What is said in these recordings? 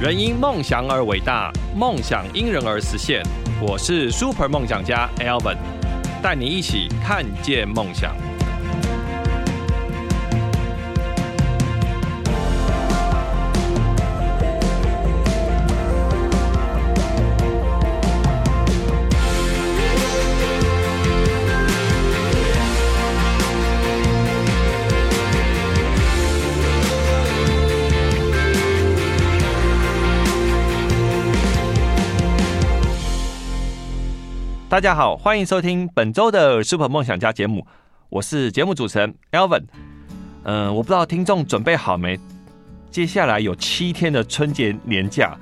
人因梦想而伟大，梦想因人而实现。我是 Super 梦想家 Alvin，带你一起看见梦想。大家好，欢迎收听本周的 Super 梦想家节目，我是节目主持人 Alvin。嗯、我不知道听众准备好没？接下来有七天的春节年假，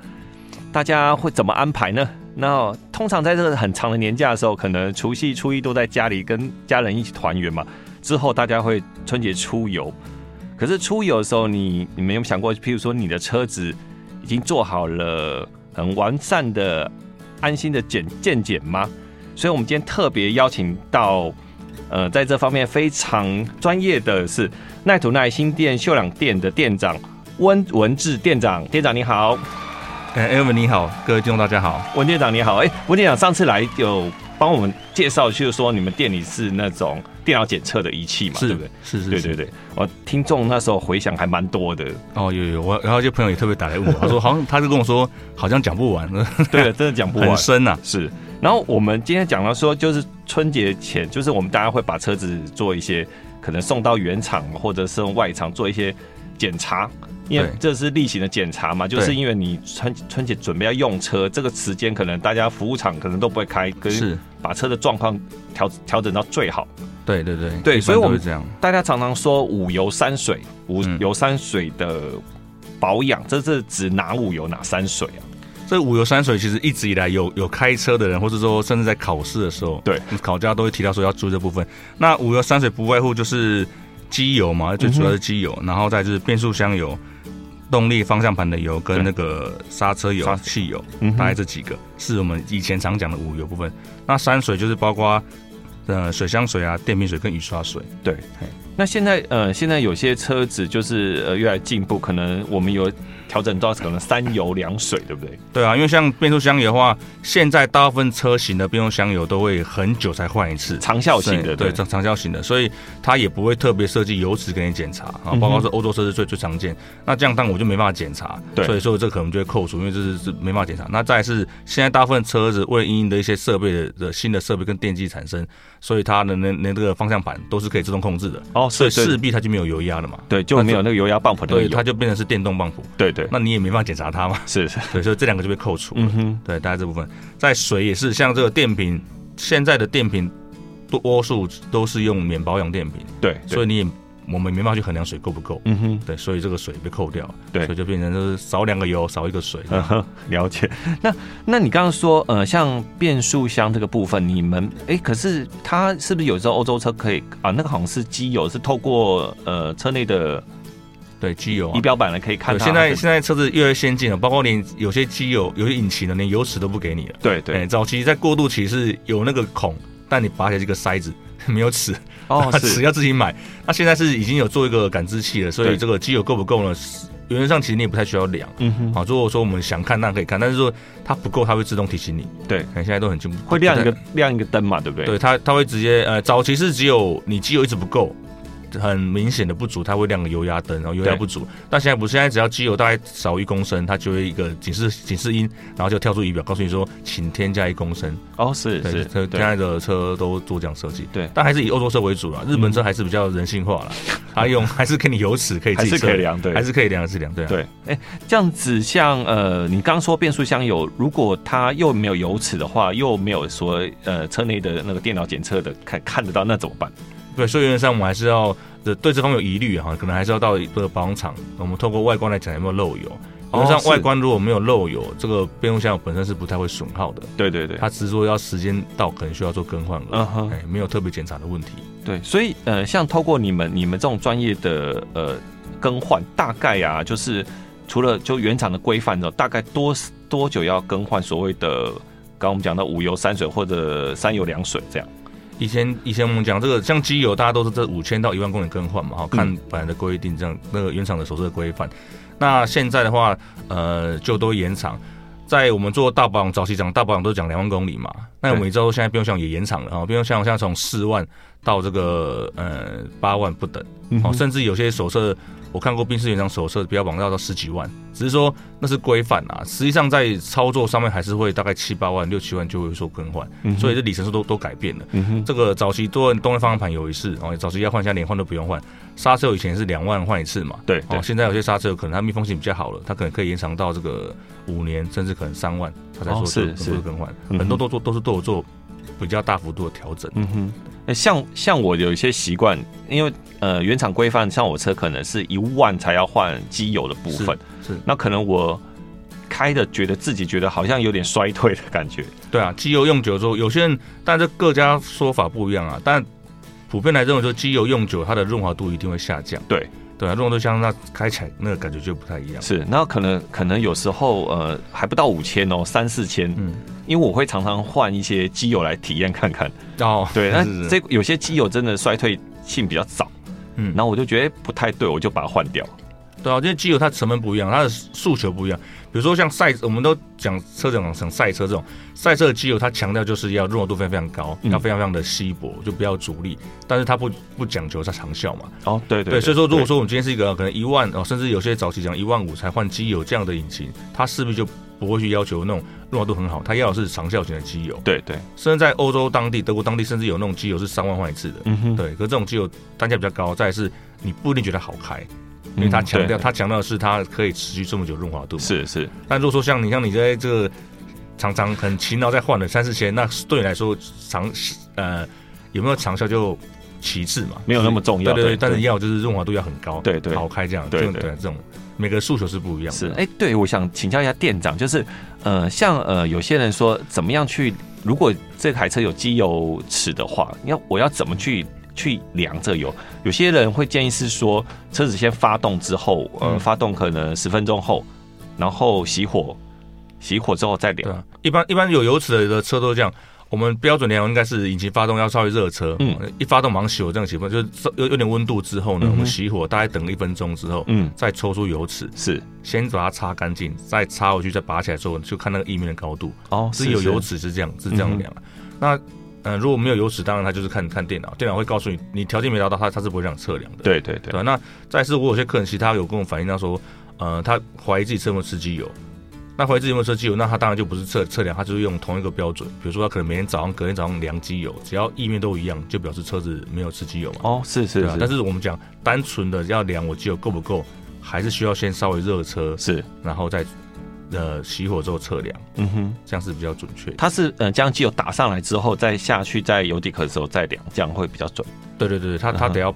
大家会怎么安排呢？那通常在这个很长的年假的时候，可能除夕、初一都在家里跟家人一起团圆嘛。之后大家会春节出游，可是出游的时候你，你们有没有想过，譬如说你的车子已经做好了很完善的、安心的检健检吗？所以我们今天特别邀请到，呃，在这方面非常专业的是耐土耐新店秀朗店的店长温文志店长，店长你好，哎、e v a n 你好，各位听众大家好。温店长你好，哎、温店长上次来有帮我们介绍，就是说你们店里是那种电脑检测的仪器嘛，对不对？是是对是对对，我听众那时候回想还蛮多的，哦，有有，我然后就朋友也特别打来问我，他 说好像他就跟我说，好像讲不完，对 了，真的讲不完很。深呐、啊。是，然后我们今天讲到说，就是春节前，就是我们大家会把车子做一些可能送到原厂或者是外厂做一些检查，因为对这是例行的检查嘛，就是对因为你春春节准备要用车，这个时间可能大家服务厂可能都不会开，可是是，把车的状况调调整到最好。对对对对一般所以我们都是这样，大家常常说五油三水，五嗯油三水的保养，这是指哪五油哪三水啊？这五游山水其实一直以来有有开车的人，或者说甚至在考试的时候，对考家都会提到说要注意这部分。那五游山水不外乎就是机油嘛，最主要是机油，然后再就是变速箱油、动力方向盘的油对跟那个刹车油刹、车汽油，嗯哼大概这几个是我们以前常讲的五油部分。那山水就是包括呃水箱水啊、电瓶水跟雨刷水。那现在呃，现在有些车子就是呃越来越进步，可能我们有调整到可能三油两水，对不对？对啊，因为像变速箱油的话，现在大部分车型的变速箱油都会很久才换一次，长效型的，对对，长长效型的，所以它也不会特别设计油脂给你检查啊，嗯哼包括是欧洲车是最最常见。那这样当然我就没办法检查，对所以说这可能就会扣除，因为这是是没办法检查。那再来是现在大部分车子为了因应的一些设备的的新的设备跟电机产生，所以它的那那那个方向盘都是可以自动控制的，哦，所是以势是，必它就没有油压了嘛，对，就没有那个油压泵的那个对，油它，就变成是电动泵 浦，对对，那你也没办法检查 它嘛，是是，对，所以这两个就被扣除。嗯哼，对，大概这部分。在水也是，像这个电瓶，现在的电瓶多数都是用免保养电瓶，对，以，所以你也我们没办法去衡量水够不够。嗯哼，对，所以这个水被扣掉了，对所以就变成就是少两个油，少一个水。嗯哼，了解。那那你刚刚说呃，像变速箱这个部分，你们哎、可是它是不是有时候欧洲车可以啊？那个好像是机油是透过呃车内的对，机油、啊仪。表板来可以看对，它，现在现在车子越来越先进了，包括连有些机油、有些引擎的连油尺都不给你了。 对哎对，早期在过渡期是有那个孔，但你拔起来这个塞子 没有尺，哦那 是只要自己买。那现在是已经有做一个感知器了，所对以这个机油够不够呢？原则上其实你也不太需要量。嗯哼。好，如果说我们想看，那可以看，但是说它不够，它会自动提醒你。对哎，现在都很进步，会亮一个亮一个灯嘛，对不对？对，对它它会直接呃，早期是只有你机油一直不够，很明显的不足，它会亮个油压灯，然后油压对不足。但现在不是，现在只要机油大概少一公升，它就会一个警示警示音，然后就跳出仪表告诉你说，请添加一公升。哦，是对，是，车现对在的车都做这样设计。对但还是以欧洲车为主了，日嗯本车还是比较人性 化了，它用还是给你油尺可以还自己是可以测量，对，还是可以量，还是量，对啊。对。哎、这样子像呃，你刚说变速箱油，如果它又没有油尺的话，又没有说呃车内的那个电脑检测的看看得到，那怎么办？对，所以原则上我们还是要呃对这方面有疑虑哈，可能还是要到一个保养厂，我们透过外观来讲有没有漏油。哦原则上是外观如果没有漏油，这个备用箱本身是不太会损耗的，对对对，它只是说要时间到可能需要做更换嗯了，哼，哎，没有特别检查的问题。对。所以呃，像透过你们你们这种专业的呃更换，大概啊，就是除了就原厂的规范之后，大概多哦多久要更换所谓的？刚刚我们讲到五油三水或者三油两水这样，以前以前我们讲这个像机油，大家都是这五千到一万公里更换嘛，嗯哈，看本来的规定这样，那个原厂的手册的规范。那现在的话，呃，就都延长。在我们做大保养，早期讲大保养都是讲两万公里嘛，那我们也知道现在变速箱也延长了啊，变速箱现在从四万到这个呃八万不等。嗯哦，哼甚至有些手册我看过宾士原厂手册标榜要到十几万，只是说那是规范啊，实际上在操作上面还是会大概七八万、六七万就会说更换，嗯哼所以这里程数都都改变了。嗯哼，这个早期多人东方方向盘有一次，哦，早期要换，现在连换都不用换。刹车以前是两万换一次嘛，对哦对，，现在有些刹车可能它密封性比较好了，它可能可以延长到这个五年，甚至可能三万，它才哦说是做是做更换。嗯哼很多都做都是都有做比较大幅度的调整。嗯哼，诶像像我有一些习惯，因为呃原厂规范，像我车可能是一万才要换机油的部分，是是那可能我开的觉得自己觉得好像有点衰退的感觉，对啊，机油用久之后，有些人，但这各家说法不一样啊。但普遍来认为说，机油用久，它的润滑度一定会下降。对，对啊，润滑度下降，那开起来那个感觉就不太一样。是，那可能可能有时候呃还不到五千哦，三四千，嗯，因为我会常常换一些机油来体验看看，哦，对，那是是这有些机油真的衰退性比较早，嗯然后我就觉得诶不太对，我就把它换掉，对啊，因为机油它成本不一样，它的诉求不一样。比如说像赛，我们都讲车讲讲赛车这种赛车的机油，它强调就是要润滑度非常非常高，嗯要非常非常的稀薄，就不要阻力。但是它不不讲求它长效嘛。哦，对对对，所以说如果说我们今天是一个可能一万哦，甚至有些早期讲一万五才换机油这样的引擎，它势必就不会去要求那种润滑度很好，它要的是长效型的机油。对对，甚至在欧洲当地、德国当地，甚至有那种机油是三万换一次的。嗯哼，对，可是这种机油单价比较高，再来是你不一定觉得好开，因为它强调嗯对它强调的是它可以持续这么久润滑度。。是是，但如果说像你像你在这个常常很勤劳在换的三四千，那对你来说长呃有没有长效就其次嘛，没有那么重要，对对对，但是要就是润滑度要很高，对对好开这样，对这种对对这种每个诉求是不一样的，是，哎、对，我想请教一下店长，就是，呃，像呃，有些人说怎么样去，如果这台车有机油尺的话，要我要怎么去去量这油？有些人会建议是说，车子先发动之后，呃，嗯发动可能十分钟后，然后熄火，熄火之后再量。对啊，一般一般有油尺的车都是这样。我们标准量应该是引擎发动要稍微热车，嗯一发动马上熄火这样情况，就是有有点温度之后呢，嗯哼我们熄火，大概等一分钟之后，嗯，再抽出油尺，是，先把它擦干净，再擦回去，再拔起来之后，就看那个液面的高度。哦，是有油，尺是这样，是嗯这样量啊。那呃，如果没有油尺，当然它就是看看电脑，电脑会告诉你你条件没达到，它它是不会让你测量的。对对对对，吧？啊那再是我有些客人，其实他有跟我反映，他说，呃，他怀疑自己车有没有吃机油。那怀疑自己有没有吃机油，那他当然就不是测测量，他就是用同一个标准。比如说，他可能每天早上、隔天早上量机油，只要液面都一样，就表示车子没有吃机油嘛。哦，是是对啊。但是是我们讲单纯的要量我机油够不够，还是需要先稍微热车，是，然后再呃熄火之后测量，嗯哼，这样是比较准确的。它是呃将机油打上来之后再下去，在油底壳的时候再量，这样会比较准。对对对，对它嗯它哼得要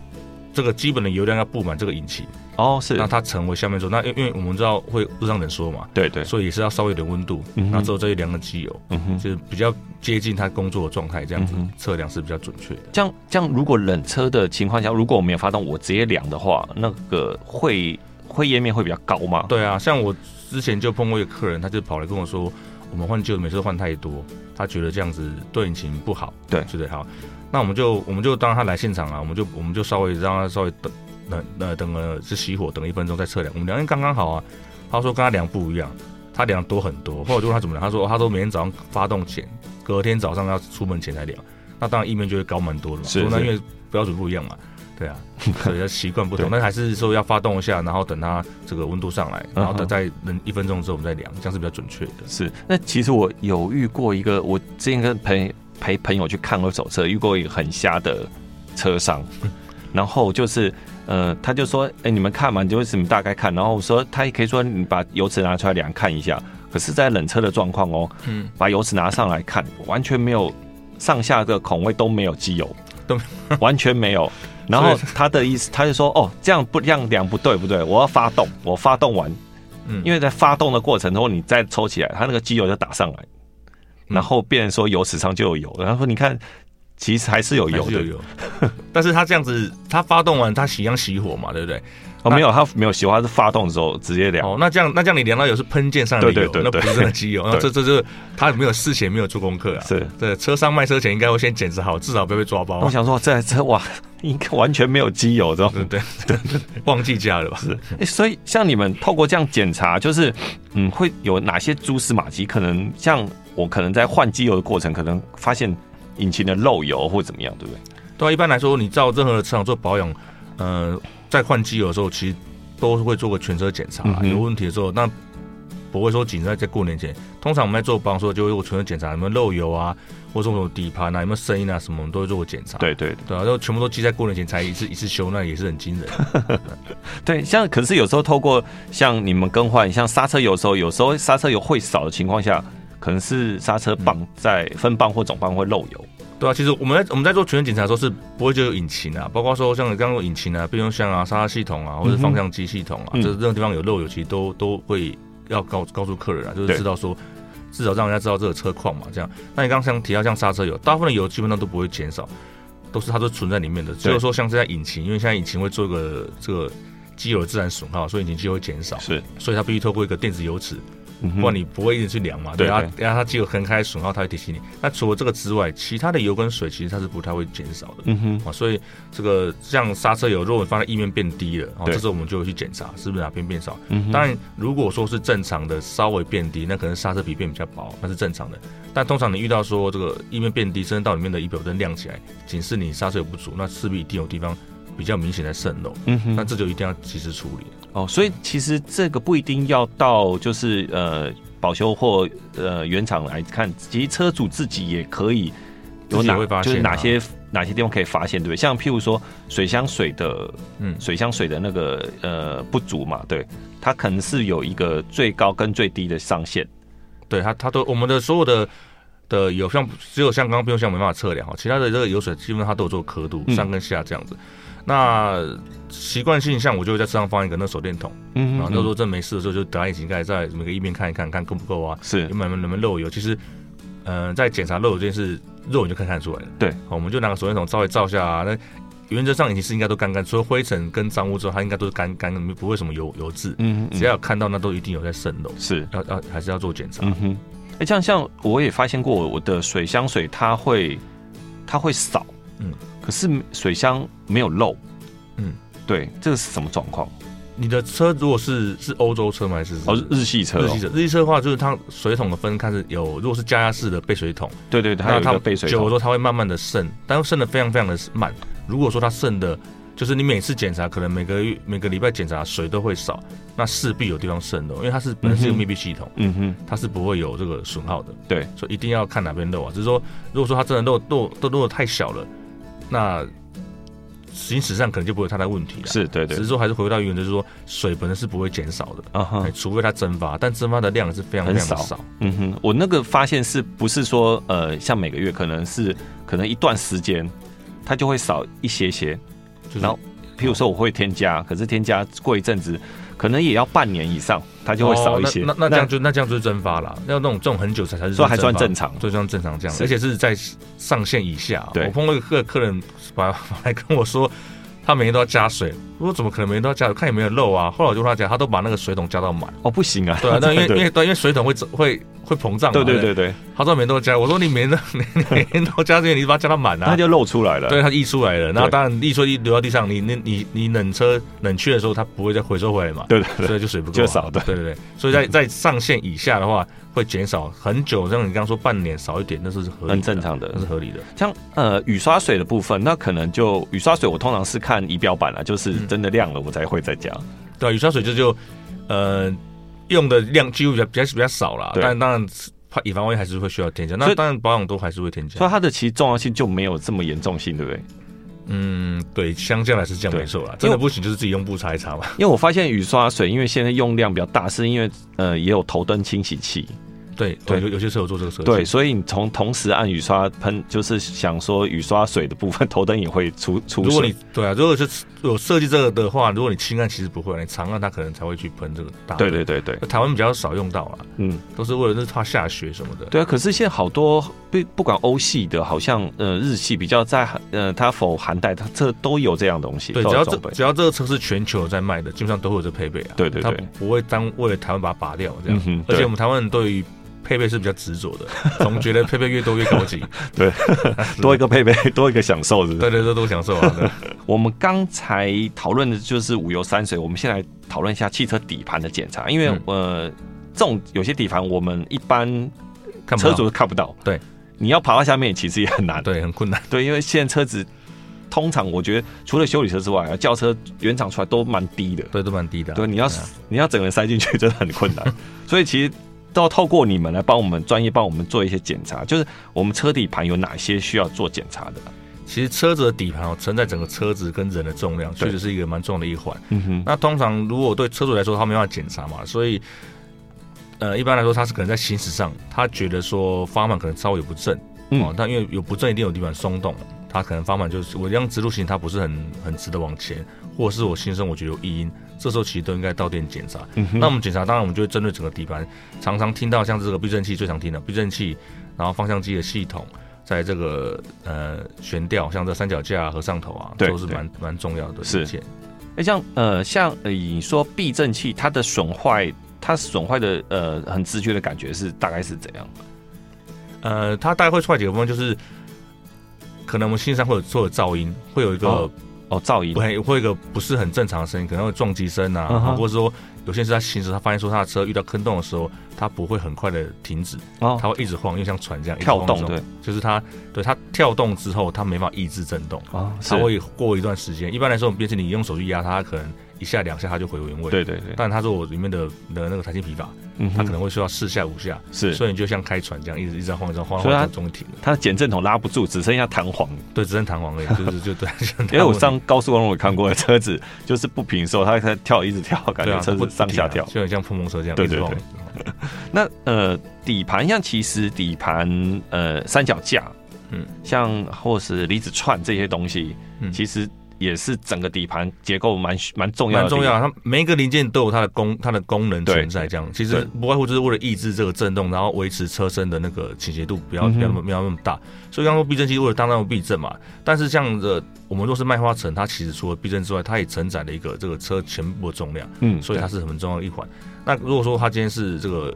这个基本的油量要布满这个引擎，哦，是，让它成为下面说，那因因为我们知道会路上冷缩嘛，对对，所以也是要稍微有点温度，嗯哼然后之后再去量个机油，嗯哼。就是比较接近它工作的状态，这样子嗯哼测量是比较准确的。这样这样，如果冷车的情况下，如果我没有发动，我直接量的话，那个会会页面会比较高吗？对啊，像我之前就碰过一个客人，他就跑来跟我说，我们换旧的每次都换太多，他觉得这样子对引擎不好，对觉得好，那我们就我们就当他来现场啊，我们就我们就稍微让他稍微等，那那等了是熄火，等一分钟再测量，我们量哎刚刚好啊。他说跟他量不一样，他量多很多。后来我就问他怎么量，他说、哦他都每天早上发动前，隔天早上要出门前才量，那当然意面就会高蛮多的嘛。是说那是因为标准不一样嘛，对 啊，所以要习惯不同，但还是说要发动一下，然后等它这个温度上嗯来，然后等再等一分钟之后我们再量，这样是比较准确的。是。那其实我有遇过一个，我之前跟朋陪朋友去看二手车，遇过一个很瞎的车 商，然后就是呃，他就说，哎、你们看嘛，你就是你们大概看，然后我说他也可以说你把油尺拿出来量看一下，可是，在冷车的状况哦，嗯，把油尺拿上来看，完全没有上下的孔位都没有机油，都完全没 有。然后他的意思，他就说：“哦，这样不这样量不对不对，我要发动，我发动完，嗯因为在发动的过程中，你再抽起来，它那个机油就打上来，嗯然后变成说油尺上就有油。然后说你看其实还是有油还是的有。 油，但是它这样子，它发动完它洗样熄火嘛，对不对？哦，没有，它没有洗花，它是发动的时候直接凉。哦，那这样那这样你量到油是喷溅上来的油，对对对对那不是真的机油，那 哦对这这这他没有事前没有做功课啊。是，对，车商卖车前应该会先检查好，至少不要被抓包啊我。想说这这哇， 应该完全没有机油这种。对对 对，忘记加了吧？诶所以像你们透过这样检查，就是嗯，会有哪些蛛丝马迹？可能像我可能在换机油的过程，可能发现引擎的漏油或怎么样，对不对？对啊，一般来说，你照任何的车厂做保养，呃，在换机油的时候，其实都会做个全车检查啦、嗯哼有问题的时候，那不会说仅在在过年前。通常我们在做保养的时候，就会做全车检查，有没有漏油啊，或者说什么底盘啊，有没有声音啊，什么我们都会做个检查。对对对对啊，都全部都记在过年前才一次一次修，那也是很惊人。对，像可是有时候透过像你们更换，像刹车油的时候，有时候刹车油会少的情况下，可能是刹车棒在分棒或总棒会漏油。对啊，其实我们在我们在做全身检查的时候是不会就有引擎啊，包括说像刚刚引擎啊、变速箱啊、刹车系统啊，或者嗯哼方向机系统啊，嗯这任何地方有漏油，其实都都会要告告诉客人啊，就对是知道说至少让人家知道这个车况嘛。这样，那你刚刚像提到像刹车油，大部分的油基本上都不会减少，都是它都存在里面的。只有说像是在引擎，因为现在引擎会做一个这个机油的自然损耗，所以引擎机油会减少，是，所以它必须透过一个电子油尺嗯哼不然你不会一直去量嘛，对对啊对，然后它只有横开损耗，它会提醒你。那除了这个之外，其他的油跟水其实它是不太会减少的。嗯哼，啊，所以这个像刹车油，如果你放在液面变低了，哦，对这时候我们就会去检查是不是哪边变少。嗯哼，当然，如果说是正常的稍微变低，那可能刹车皮变比较薄，那是正常的。但通常你遇到说这个液面变低，甚至到里面的仪表灯亮起来，警示你刹车油不足，那势必一定有地方比较明显在渗漏，嗯哼那这就一定要及时处理。哦，所以其实这个不一定要到就是呃保修或呃原厂来看，其实车主自己也可以有自己哪也会发就是现哪啊些哪些地方可以发现，对不对？像譬如说水箱水的嗯，水箱水的那个呃不足嘛，对，它可能是有一个最高跟最低的上限，对它，它都我们的所有的的油箱，只有像刚刚变速箱没办法测量哈，其他的这个油水基本上它都有做刻度，嗯上跟下这样子。那习惯性像我就会在车上放一个那手电筒，嗯然后那时候真没事的时候就打开引擎盖，在每个一边看一看，看够不够啊，是有没有能不能漏油。其实，嗯，在检查漏油这件事，肉眼就可以看出来了。对好，我们就拿个手电筒稍微照一下啊。那原则上引擎是应该都干干，除了灰尘跟脏污之后，它应该都是干干，不会什么油油渍。嗯只要有看到，那都一定有在渗漏，是要要还是要做检查。嗯哼，哎、这样像我也发现过，我的水箱水它会它会少，嗯嗯，可是水箱没有漏，嗯嗯，对，这个是什么状况？你的车如果是是欧洲车吗？还是哦，日日系车、日哦，系车？日系车的话，就是它水桶的分开是有，如果是加压式的备水桶，对对，对它有一那个备水久了桶之，后它会慢慢的渗，但渗的非常非常的慢。如果说它渗的，就是你每次检查，可能每个月每个礼拜检查水都会少，那势必有地方渗漏，因为它是本身是一嗯个哼密闭系统。嗯哼，它是不会有这个损耗的。对，所以一定要看哪边漏啊。只是说，如果说它真的漏漏都漏的太小了，那行驶上可能就不会有太大问题啊了。是对只对是，说还是回到原则，就是说水本身是不会减少的，啊哈哎，除非它蒸发，但蒸发的量是非常很非常少的少。嗯哼，我那个发现是不是说呃，像每个月可能是可能一段时间它就会少一些些，就是然后譬如说我会添哦加，可是添加过一阵子，可能也要半年以上，它就会少一些，哦那那那这样就那这样就是蒸发了，要那种这种很久才才是所以还算正常，常。就算正常这样，是而且是在上限以下。啊对我碰到一个客人把 来跟我说。他每天都要加水，我说怎么可能每天都要加水？看有没有漏啊。后来我就跟他讲，他都把那个水桶加到满。哦，不行啊， 对啊，那因为对因为对，因为水桶会会会膨胀对嘛。对对对，他说每天都加，我说你每天都 你你每天都加这些，你把它加到满啊。它就露出来了。对，它溢出来了。那对当然溢出一流到地上，你你你你冷车冷却的时候，它不会再回收回来嘛，对对对，所以就水不够、啊就少对对对对，所以在在上限以下的话，会减少很久。像你刚刚说半年少一点，那是合理的，很正，常的那。是合理的。像呃雨刷水的部分，那可能就雨刷水，我通常是看仪表板啦，啊就是嗯真的亮了我才会再加。对啊，雨刷水就就呃用的量几乎比较比较比较少啦，对但当然怕以防万一还是会需要添加。所那以当然保养都还是会添加所以。它的其实重要性就没有这么严重性，对不对？嗯，对，相较来是这样对没错啦。因为真的不行就是自己用布擦一擦嘛。因为我发现雨刷水，因为现在用量比较大，是因为呃也有头灯清洗器，对对对，有有些是有做这个设计，对，所以你从同时按雨刷喷，就是想说雨刷水的部分， 头灯也会出出如果水你。对啊，如果是有设计这个的话，如果你轻按其实不会，啊你长按它可能才会去喷这个大。对，对对对，台湾比较少用到啦，嗯，都是为了那是怕下雪什么的。对啊。可是现在好多不不管欧系的，好像呃日系比较在呃它否寒带，它这都有这样东西，对，都只有要这这种东西只要这个车是全球有在卖的，基本上都会有这配备啊。对对它对不不会单为了台湾把它拔掉这嗯样。哼，而且我对们台湾人对于配备是比较执着的，总觉得配备越多越 高级。对，多一个配备， 多一个享受，是不是对对对，都享受啊。对 我们刚才讨论的就是五油三水，我们先来讨论一下汽车底盘的检查，因为、嗯呃，这种有些底盘我们一般看不车到主看不到，对，你要爬到下面其实也很难，对很困难。对，因为现在车子通常我觉得除了修理车之外啊，轿车原厂出来都蛮低的，对，都蛮低的啊、对，你要、啊你要整个人塞进去真的很困 难，所以其实。都要透过你们来帮我们专业帮我们做一些检查，就是我们车底盘有哪些需要做检查的。其实车子的底盘哦，承载整个车子跟人的重量，对确实是一个蛮重要的一环。嗯哼，那通常如果对车主来说，他没办法检查嘛，所以呃，一般来说他是可能在行驶上，他觉得说方向盘可能稍微有不正，嗯哦，但因为有不正一定有地板松动，他可能方向盘就是我这样直路行，它不是很很直的往前，或者是我心生我觉得有异音，这时候其实都应该到店检查。嗯哼那我们检查，当然我们就会针对整个底盘，常常听到像这个避震器最常听的避震器，然后方向机的系统，在这个呃悬吊，像这三脚架啊、和上头啊，对都是对蛮蛮重要的是零件。那像呃，像呃，你说避震器它的损坏，它损坏的呃，很直觉的感觉是大概是怎样？呃，它大概会出来几个部分，就是可能我们心上会有会有噪音，会有一个哦哦，噪音不，会会有一个不是很正常的声音，可能会撞击声啊，嗯哼或者说有些是他行驶，他发现说他的车遇到坑洞的时候，他不会很快的停止，哦，他会一直晃，又像船这样一直跳动晃对，就是它对它跳动之后，它没办法抑制震动，哦，是它，会过一段时间。一般来说，我们变速你用手去压它，它可能一下两下它就回原位。，对对对，但它说我里面的的那个弹性疲乏，嗯它哼，可能会需要四下五下，是，所以你就像开船这样一直一直晃一直晃，所以它晃到终于停了。它的减震筒拉不住，只剩下弹簧。对，只剩 弹簧而已，就是就对。因为我上高速公路也看过，车子就是不平的时候，它它跳一直跳，感对觉啊，车不子上下跳。就很像碰碰车这样，对一直对晃对那呃，底盘像其实底盘呃三脚架，嗯嗯，像或是离子串这些东西，嗯其实也是整个底盘结构蛮蛮重要的蛮地方，重要。啊它每一个零件都有它的功它的功能对存在，这样其对实不外乎就是为了抑制这个震动，然后维持车身的那个倾斜度不要嗯哼不要那么不要那么大。所以刚刚说避震器为了当然避震嘛，但是像这我们若是麦花臣，它其实除了避震之外，它也承载了一个这个车全部的重量，嗯，所以它是很重要的一环。那如果说它今天是这个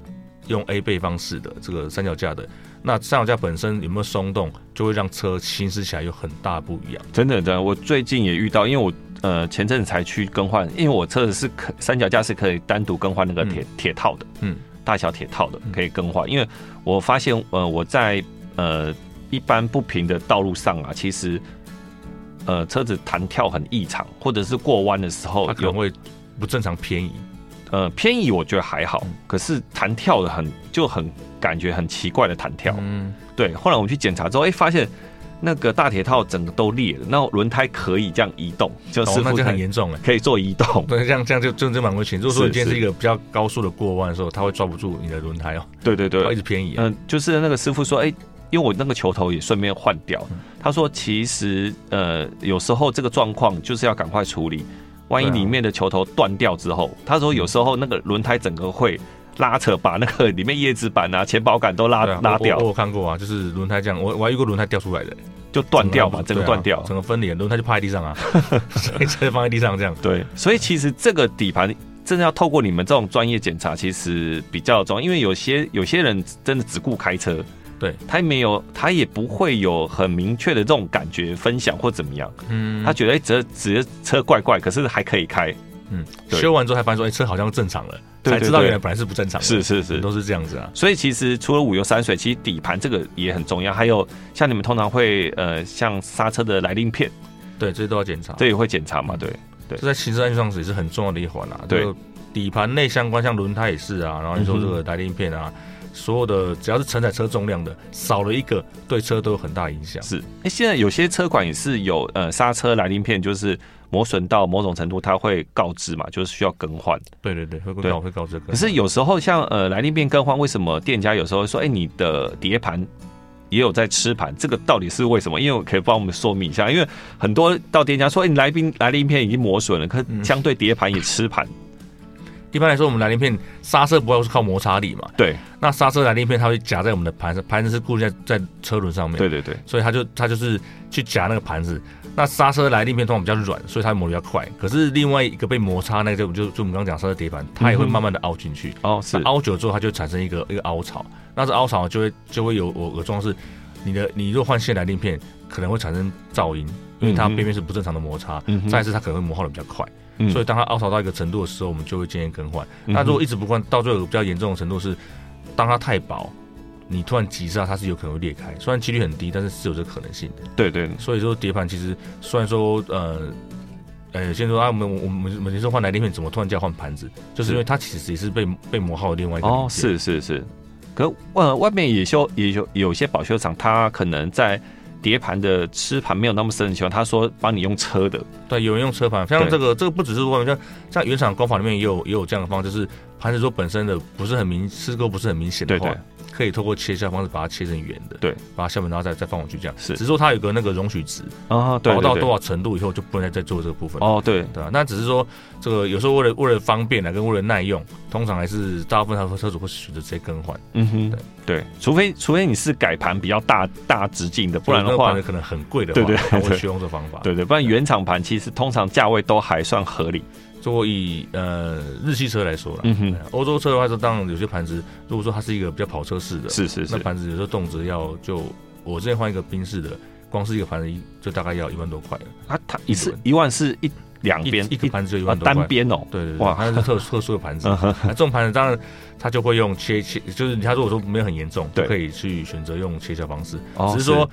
用 A 背方式的这个三脚架的，那三脚架本身有没有松动，就会让车行驶起来有很大不一样。真的，真的，我最近也遇到，因为我呃前阵子才去更换，因为我车子是可三脚架是可以单独更换那个铁铁、套的，嗯，大小铁套的嗯可以更换，因为我发现呃我在呃一般不平的道路上啊，其实呃车子弹跳很异常，或者是过弯的时候它可能哦有会不正常偏移。呃偏移，我觉得还好嗯，可是弹跳的很就很感觉很奇怪的弹跳，嗯，对，后来我们去检查之后，哎、发现那个大铁套整个都裂了，那轮胎可以这样移动，就哦是，那就很严重了。可以做移动。对，这样这样就真正蛮危险。如果说是你今天是是一个比较高速的过弯的时候，它会抓不住你的轮胎哦，对对它会一对，直偏移啊。嗯、就是那个师傅说，哎、因为我那个球头也顺便换掉嗯，他说其实呃有时候这个状况就是要赶快处理，万一对啊里面的球头断掉之后，他说有时候那个轮胎整个会拉扯，把那个里面叶子板啊、前保杆都拉对啊，拉我我我掉，有看过啊，就是轮胎这样，我我还遇过轮胎掉出来的，就断掉嘛，整对啊个断掉。整个分离，轮胎就趴在地 上啊，所以车放在地上这样。对，所以其实这个底盘真的要透过你们这种专业检查，其实比较重要，因为有些有些人真的只顾开车，对他没有，他也不会有很明确的这种感觉分享或怎么样，嗯他，觉得哎这只是车怪怪，可是还可以开，嗯对修完之后才发现说，哎，车好像正常了，对才对知道对原来本来是不正常的。是是是。都是这样子啊。所以其实除了五油三水，其实底盘这个也很重要，还有像你们通常会呃像刹车的来令片，对，这些都要检查。这也会检查嘛，对，对这在行车安全上也是很重要的一环啊。对，底盘内相关，像轮胎也是啊，然后你说这个来电片啊，所有的只要是承载车重量的，少了一个对车都有很大影响。是，哎，现在有些车款也是有呃刹车来临片，就是磨损到某种程度，它会告知嘛，就是需要更换。对对对，会对告会告这个。可是有时候像呃来临片更换，为什么店家有时候会说，哎、你的碟盘也有在吃盘，这个到底是为什么？因为我可以帮我们说明一下，因为很多到店家说，哎、你来宾来临片已经磨损了，可嗯相对碟盘也吃盘，一般来说，我们来鳞片刹车不要是靠摩擦力嘛，对那刹车来鳞片它会夹在我们的盘上，盘子是固定在在车轮上面，对对对，所以它就它就是去夹那个盘子。那刹车来鳞片通常比较软，所以它磨得比较快。可是另外一个被摩擦那个就就就我们刚刚讲刹车碟盘，它也会嗯哼慢慢的凹进去。哦是那，凹久之后，它就产生一个一个凹槽，那这凹槽就会就会有我我状况是，你的你若换线来鳞片，可能会产生噪音，因为它嗯哼边边是不正常的摩擦，嗯哼再一次它可能会磨耗的比较快，嗯所以当它凹槽到一个程度的时候，我们就会建议更换。嗯哼那如果一直不换，到最后有比较严重的程度是，当它太薄。你突然急刹，它是有可能会裂开，虽然几率很低，但是是有这个可能性的。对对所以说碟盘其实虽然说呃，呃，先说啊，我们我们我们先说换来鳞片，怎么突然叫换盘子，就是因为它其实也是被被磨耗的另外一个哦零件是是是，可呃外面也修也有有些保修厂，它可能在碟盘的吃盘没有那么深的情况，他说帮你用车的，对，有人用车盘，像对这个这个不只是外面，像像原厂工法里面也有也有这样的方式，就是盘子说本身的不是很明施工不是很明显对的话，对可以透过切削方式把它切成圆的，对，把它下面然后再再放回去这样，是只是说它有个那个容许值，啊对薄到对多对，少程度以后就不能再再做这个部分。哦对对啊，那只是说这个有时候为了为了方便啊，跟为了耐用，通常还是大部分他车主会选择直接更换，嗯哼对，对，除非除非你是改盘比较大大直径的，不然的那个话盘，子可能很贵的话，对对他会对去用这方法。对对，不然原厂盘其实通常价位都还算合理。做以呃日系车来说啦，嗯哼对啊欧洲车的话，就当然有些盘子，如果说它是一个比较跑车式的，是是是，那盘子有时候动辄要就我之前换一个宾士的，光是一个盘子一就大概要一万多块了，啊它它一次轮一万是一两一边一个盘子就一啊万多单块。边哦，对对对，哇它是特特殊的盘子，嗯那哼这种盘子当然它就会用切切，就是它如果说没有很严重，对可以去选择用切削方式。哦只是说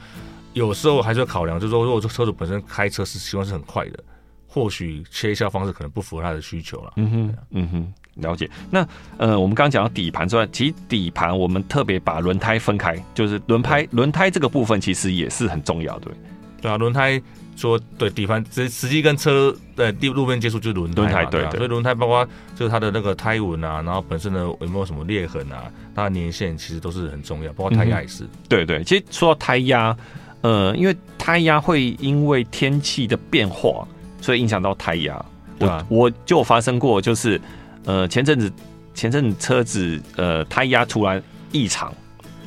有时候还是要考量，就是说如果这车主本身开车是习惯是很快的，或许切削方式可能不符合他的需求了。嗯哼嗯哼，了解。那呃，我们刚刚讲到底盘之外，其实底盘我们特别把轮胎分开，就是轮胎轮胎这个部分其实也是很重要的，对对啊，轮胎说对底盘实实际跟车呃地路边接触就是轮胎嘛，轮胎啊对对所以轮胎包括就是它的那个胎纹啊，然后本身的有没有什么裂痕啊，它的年限其实都是很重要，包括胎压也是。对对。其实说到胎压，呃，因为胎压会因为天气的变化，所以影响到胎压。对啊我我就有发生过，就是呃前阵子前阵子车子呃胎压突然异常，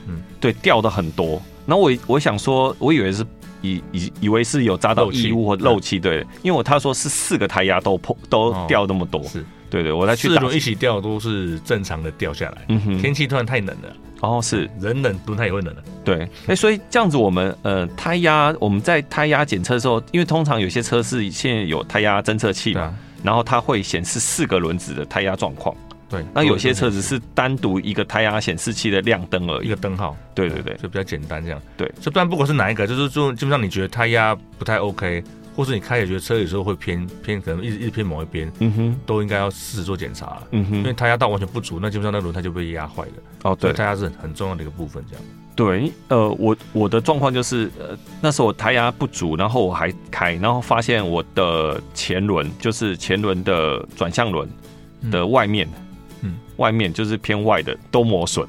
嗯嗯，对，掉的很多。然后我我想说，我以为是以以以为是有扎到漏气异物或漏气，对，因为我他说是四个胎压都破都哦掉那么多，是，对对，我再去四打，轮一起掉都是正常的掉下来。嗯哼，天气突然太冷了，哦是人冷轮胎也会冷的。对， 哎、所以这样子我们呃胎压我们在胎压检测的时候，因为通常有些车是现在有胎压侦测器对嘛，啊，然后它会显示四个轮子的胎压状况。对。那有些车子是单独一个胎压显示器的亮灯而一已。个灯号，对对对，就比较简单这样。对所以不然不管是哪一个，就是就基本上你觉得胎压不太 OK，或是你开也觉得车有时候会偏偏，可能一直一直偏某一边，嗯哼，都应该要试着做检查了。嗯因为哼，胎压到完全不足，那基本上那轮胎就被压坏了，哦所对以胎压是很很重要的一个部分。这样，对，呃，我我的状况就是，呃，那时候我胎压不足，然后我还开，然后发现我的前轮就是前轮的转向轮的外面，嗯外面就是偏外的都磨损。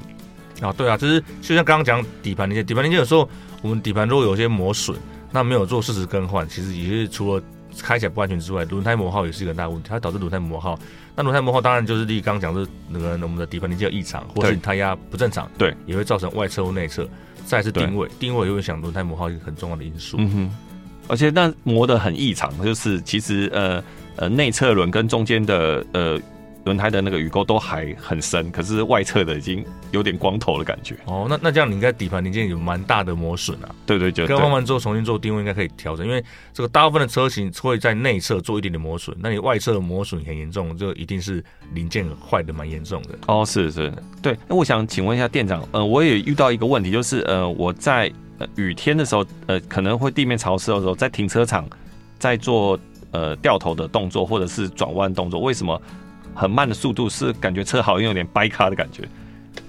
啊，对啊，就是就像刚刚讲底盘零件，底盘零件有时候我们底盘如果有些磨损，那没有做适时更换，其实也是除了开起来不安全之外，轮胎磨耗也是一个很大的问题，它导致轮胎磨耗。那轮胎磨耗当然就是例如刚刚讲的那个我们的底盘零件有异常，或是对你胎压不正常，对，也会造成外侧或内侧。再来是对定位，定位也会影响轮胎磨耗一个很重要的因素。嗯哼，而且那磨得很异常，就是其实呃呃内侧轮跟中间的呃轮胎的那个雨沟都还很深，可是外侧的已经有点光头的感觉。哦，那那这样你应该底盘零件有蛮大的磨损啊。对对对更换对，完之后重新做定位应该可以调整，因为这个大部分的车型会在内侧做一点点磨损，那你外侧磨损很严重，这一定是零件坏的蛮严重的。哦是是，对。那我想请问一下店长，呃，我也遇到一个问题，就是呃我在呃雨天的时候，呃可能会地面潮湿的时候，在停车场在做呃掉头的动作或者是转弯动作，为什么很慢的速度是感觉车好像有点掰咖的感觉？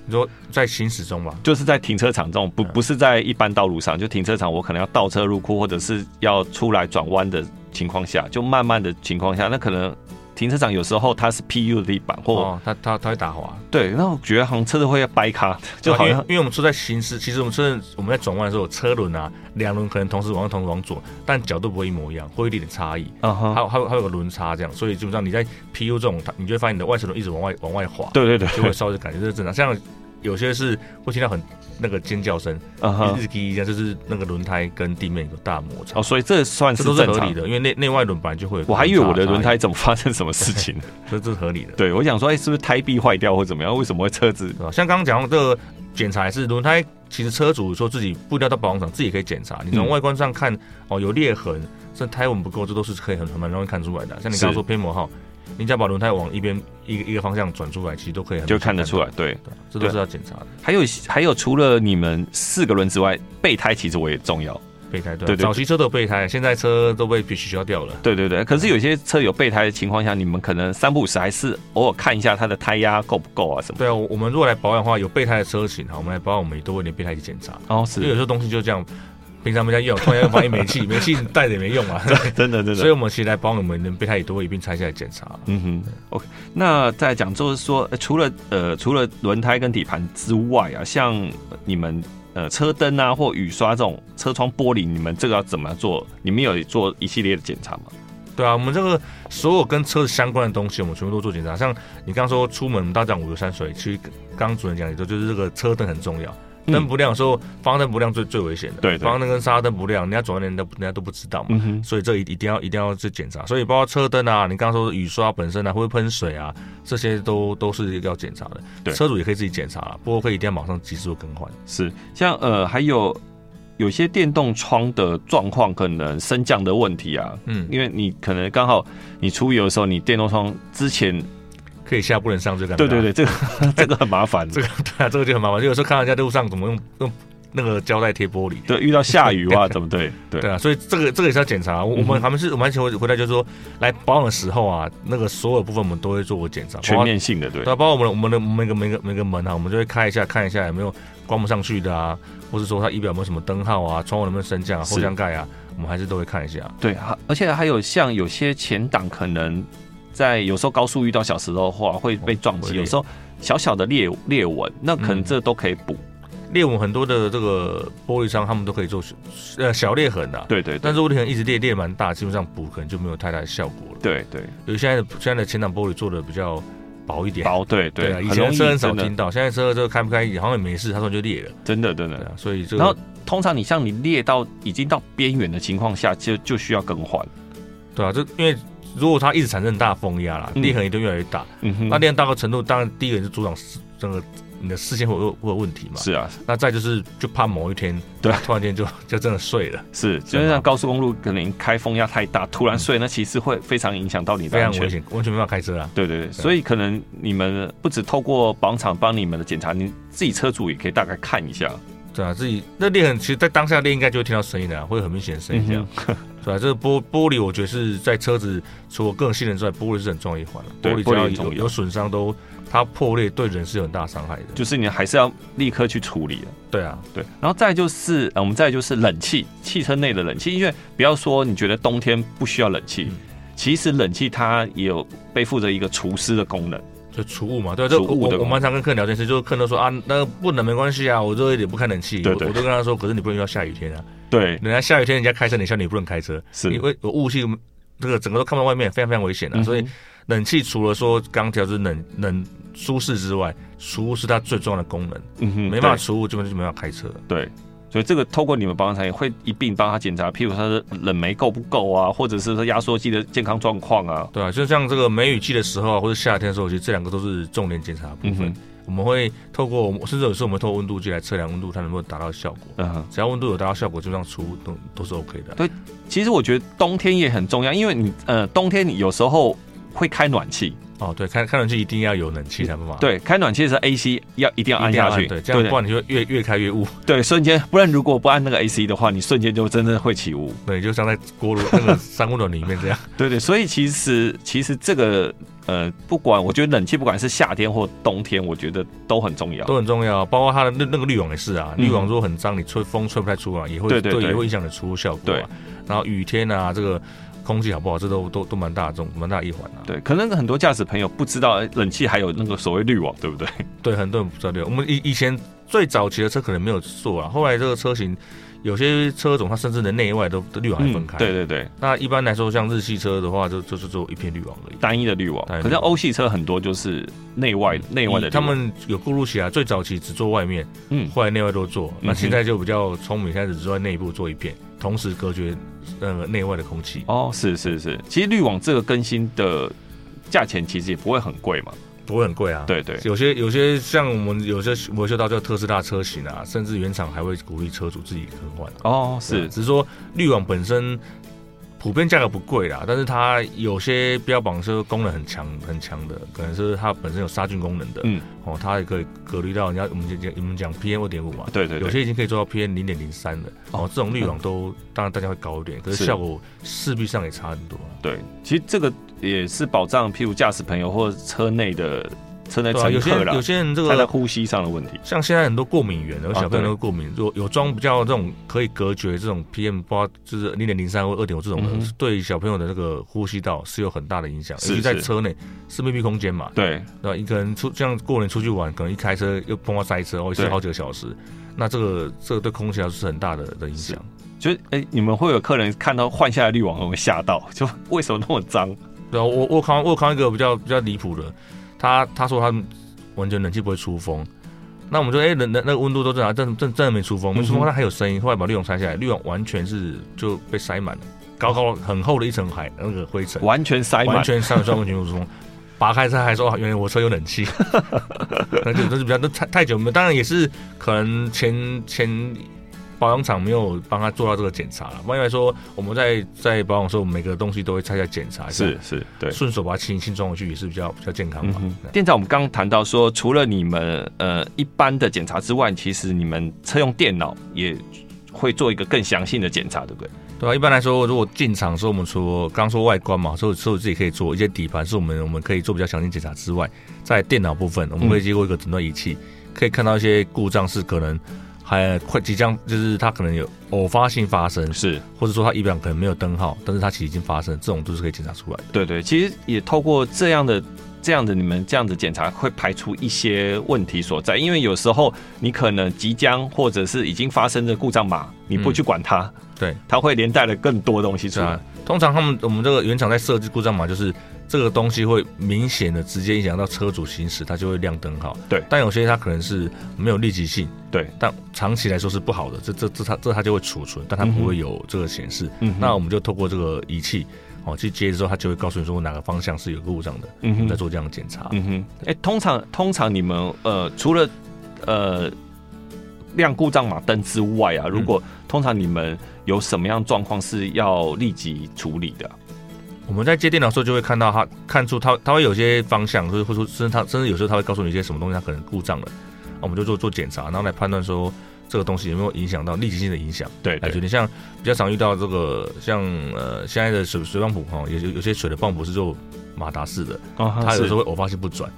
你说在行驶中吧，就是在停车场这种不嗯不是在一般道路上，就停车场我可能要倒车入库，或者是要出来转弯的情况下，就慢慢的情况下，那可能停车场有时候它是 PU 的地板，或、哦，它它它会打滑，对，那我觉得好像车子会要掰卡，就好因为像因为我们车在行驶，其实我们车我们在转弯的时候，车轮啊两轮可能同时往右同时往左，但角度不会一模一样，会有一点点差异，啊还哈，有还有还有个轮差这样，所以基本上你在 PU 这种，它你就会发现你的外齿轮一直往外往外滑， 对对对，就会稍微感觉这是正常。像有些是会听到很那个尖叫声，啊哈一，直滴一下，就是那个轮胎跟地面有大摩擦哦，，所以这算这是都是正合常理。的，因为内内外轮本来就会有，我还以为我的轮，胎怎么发生什么事情，所以这是合理的。对我想说，哎、是不是胎壁坏掉或怎么样？为什么会车子？对吧？像刚刚讲到这个检查也是轮胎，其实车主说自己不一定要到保养厂，自己可以检查。你从嗯外观上看，哦，有裂痕，这胎纹不够，这都是可以很很蛮容易看出来的。像你是刚刚说偏磨号，你只要把轮胎往一边一个一个方向转出来，其实都可以很就明显看得出来，对。到。对，这都是要检查的。还有还有，除了你们四个轮之外，备胎其实我也重要。备胎对啊，对对早期车都有备胎，现在车都被取消掉了。对对对，可是有些车有备胎的情况下，你们可能三不五时还是偶尔看一下它的胎压够不够啊什么。对啊，我我们如果来保养的话，有备胎的车型啊哈，我们来保养，我们也都会连备胎一起检查。哦，因为是有时候东西就这样，平常没在用，突然要发现没气， 没气你带着也没用啊。 真的真 所以，我们其实来保养我们的备胎也都会一并拆下来检查。啊嗯哼，OK。那再讲就是说，呃除了呃除了轮胎跟底盘之外啊，像呃你们呃车灯啊或雨刷这种车窗玻璃，你们这个要怎么做？你们有做一系列的检查吗？对啊，我们这个所有跟车子相关的东西，我们全部都做检查。像你刚刚说出门，我们大家讲五油三水，其实刚刚主任讲也都就是这个车灯很重要。嗯灯不亮的时候，方向灯不亮最最危险的。对对方向灯跟刹灯不亮，人家转弯人家人家都不知道嘛。嗯哼，所以这一一定要一定要去检查，所以包括车灯啊，你刚刚说的雨刷本身啊，会不会喷水啊，这些都都是要检查的。对车主也可以自己检查啦，不过可以一定要马上及时做更换。是像呃还有有些电动窗的状况，可能升降的问题啊，嗯，因为你可能刚好你出游的时候，你电动窗之前，可以下不能上最尴尬。对对对，这个 这个很麻烦，这个对 啊，这个就很麻烦。就有时候看到人家在路上怎么用用那个胶带贴玻璃，对，遇到下 雨啊，怎么对对对啊，所以这个这个也是要检查。啊我我嗯们哼还们是我们还是回回来就是说，来保养的时候啊，那个所有部分我们都会做过检查，包全括面性的对对，啊，包括我们的我们的每个每个每个门啊，我们就会开一下看一下有没有关不上去的啊，或是说它仪表有没有什么灯号啊，窗户有没有升降啊，是后箱盖啊，我们还是都会看一下。对，还而且还有像有些前挡可能在有时候高速遇到小石头的话会被撞哦会击，裂有时候小小的裂裂纹，那可能嗯这都可以补。裂纹很多的这个玻璃上，他们都可以做呃小裂痕的、啊，对对对但是我裂痕一直裂裂蛮大，基本上补可能就没有太大的效果了。对对，因为现在的现在的前挡玻璃做的比较薄一点。薄对对，啊，以很容前易车很少真的听到，现在车这个开不开好像也没事，他说就裂了，真的真对的。啊，所以这然后个通常你像你裂到已经到边缘的情况下，就就需要更换。对啊，这因为如果它一直产生很大风压啦，嗯裂痕也都越来越大，嗯哼，那练到个程度，当然第一个是阻挡视这个你的视线会有会有问题嘛。是啊，那再就是就怕某一天，对，啊突然间就 就真的睡了，是，就是像高速公路可能开风压太大，突然睡，那其实会非常影响到你的嗯非安常全危。险，完全没办法开车啊。对对对，所以可能你们不止透过保养厂帮你们的检查，你自己车主也可以大概看一下。对啊，自己那裂痕，其实在当下裂应该就会听到声音的、啊，会有很明显的声音嗯这样。对啊，这个玻玻璃，我觉得是在车子除了个人性能之外，玻璃是很重要一环了。对玻璃只玻璃要很重有要有损伤都，它破裂对人是有很大伤害的。就是你还是要立刻去处理的。对啊，对，然后再就是，呃、我们再就是冷气，汽车内的冷气，因为不要说你觉得冬天不需要冷气，嗯其实冷气它也有背负着一个除湿的功能。就储物嘛，对啊，这储我物我的我嘛蛮常跟客人聊天，是就是客人都说啊，那不冷没关系啊，我热一点不开冷气，对我对我都跟他说，可是你不能遇到下雨天啊，对，人家下雨天人家开车，你下雨你不能开车，是因为有雾气，这个整个都看不到外面，非常非常危险的、啊嗯哼所以冷气除了说刚调是冷冷舒适之外，除雾是它最重要的功能，嗯哼没办法对除雾，基本上就没办法开车。对，所以这个透过你们保养厂也会一并帮他检查，譬如说它的冷媒够不够啊，或者是说压缩机的健康状况啊。对啊，就像这个梅雨季的时候啊，或者夏天的时候，其实这两个都是重点检查的部分。嗯哼我们会透过，我们甚至有时候我们透过温度计来测量温度，它能不能达到效果。嗯哼，只要温度有达到效果，基本上除雾都都是 OK 的。其实我觉得冬天也很重要，因为你呃，冬天你有时候会开暖气，哦，对，开开暖气一定要有冷气才办法。对，开暖气的时候 AC 要一定要啊一按定要下按，去，对，这样对不然你就越越开越雾，对，瞬间，不然如果不按那个 AC 的话，你瞬间就真的会起雾。对，就像在锅炉那个三温暖里面 这样。对对，所以其实其实这个呃，不管我觉得冷气不管是夏天或冬天，我觉得都很重要。都很重要，啊包括它的那那个滤网也是啊，嗯滤网如果很脏，你吹风吹不太出啊，也会对对对也会影响你的出效果、对啊。然后雨天啊，这个空气好不好，这都都都蛮大众蛮大一环啊。对，可能很多驾驶朋友不知道呃冷气还有那个所谓滤网，对不对？对，很多人不知道这个。我们以以前最早期的车可能没有做啊，后来这个车型有些车种它甚至连内外都都滤网还分开。嗯对，对对，那一般来说像日系车的话，就就是做一片滤网而已。单一的滤网单一。的可是滤网嗯欧系车很多就是内外内外的滤网，他们有过渡期啊，最早期只做外面，嗯后来内外都做。嗯那哼现在就比较聪明，现在只做在内部做一片，同时隔绝那个内外的空气，哦，是是是，其实滤网这个更新的价钱其实也不会很贵嘛。不会很贵啊。，对对，有些有些像我们有些维修到叫特斯拉车型啊，甚至原厂还会鼓励车主自己更换。哦对啊是只是说滤网本身普遍价格不贵啦，但是它有些标榜是功能很强很强的，可能是它本身有杀菌功能的，嗯，哦，它也可以隔离到人家我们讲我们讲 PM 二点五嘛，对对有对，些已经可以做到 PM 零点零三了，哦，这种滤网都当然大家会高一点，可是是效果势必上也差很多啊。对，其实这个也是保障，譬如驾驶朋友或者车内的车内对啊，乘有些客人啦有，些人这他在个呼吸上的问题。像现在很多过敏源，有啊小朋对友都过敏，如果有装比较这种可以隔绝这种 PM 八就是零点零三或二点五这种嗯的哼，对小朋友的那个呼吸道是有很大的影响，是尤其在是车内是密闭空间嘛，对，那一个人出像过年出去玩，可能一开车又碰到塞车，哦，是对好几个小时，那这个这个对空气还是很大的的影响。就是哎、你们会有客人看到换下来滤网会吓到，就为什么那么脏？对啊，我我看我看一个比较比较离谱的，他他说他完全冷气不会出风，那我们说哎、诶冷冷那个温度都正常，真真真的没出风，没嗯出风哼它还有声音，后来把滤网拆下来，滤网完全是就被塞满了，高高很厚的一层海那个灰尘，完全塞满完，全上上完全不出风。拔开它还说啊，原来我车有冷气， 那就这是比较都太太久没有，当然也是可能前前保养厂没有帮他做到这个检查了。一般来说，我们在在保养的时候，我们每个东西都会拆下检查一下，是是，对。顺手把它清清装回去也是比较比较健康嗯嘛。哼，店长，我们刚刚谈到说，除了你们呃一般的检查之外，其实你们车用电脑也会做一个更详细的检查，对不对？对啊，一般来说，如果进厂的时候，我们除刚说外观嘛，所以所以我自己可以做一些底盘，是我们我们可以做比较详细检查之外，在电脑部分，我们会经过一个诊断仪器，可以看到一些故障是可能还快即将，就是它可能有偶发性发生，是，或者说它仪表可能没有灯号，但是它其实已经发生，这种都是可以检查出来的。对对，其实也透过这样的、这样的你们这样的检查，会排除一些问题所在。因为有时候你可能即将或者是已经发生的故障码，你不去管它，对，它会连带了更多东西出是来啊。，通常他们我们这个原厂在设计故障码，就是这个东西会明显的直接影响到车主行驶，它就会亮灯号。对但有些它可能是没有立即性，对，但长期来说是不好的，这这这它这它就会储存，但它嗯哼不会有这个显示。嗯哼那我们就透过这个仪器哦去接之后，它就会告诉你说哪个方向是有故障的，嗯我们再哼，做这样的检查。嗯哼，哎、通常通常你们呃，除了呃亮故障码灯之外嗯啊，如果、通常你们有什么样状况是要立即处理的啊？我们在接电脑的时候就会看到它，看出它它会有些方向，就是或者说甚至它甚至有时候它会告诉你一些什么东西它可能故障了，那我们就做做检查，然后来判断说这个东西有没有影响到立即性的影响。对来对决定像比较常遇到这个像呃现在的水水泵浦哈，有有有些水的泵浦是做马达式的，啊它有时是候会偶发性不转。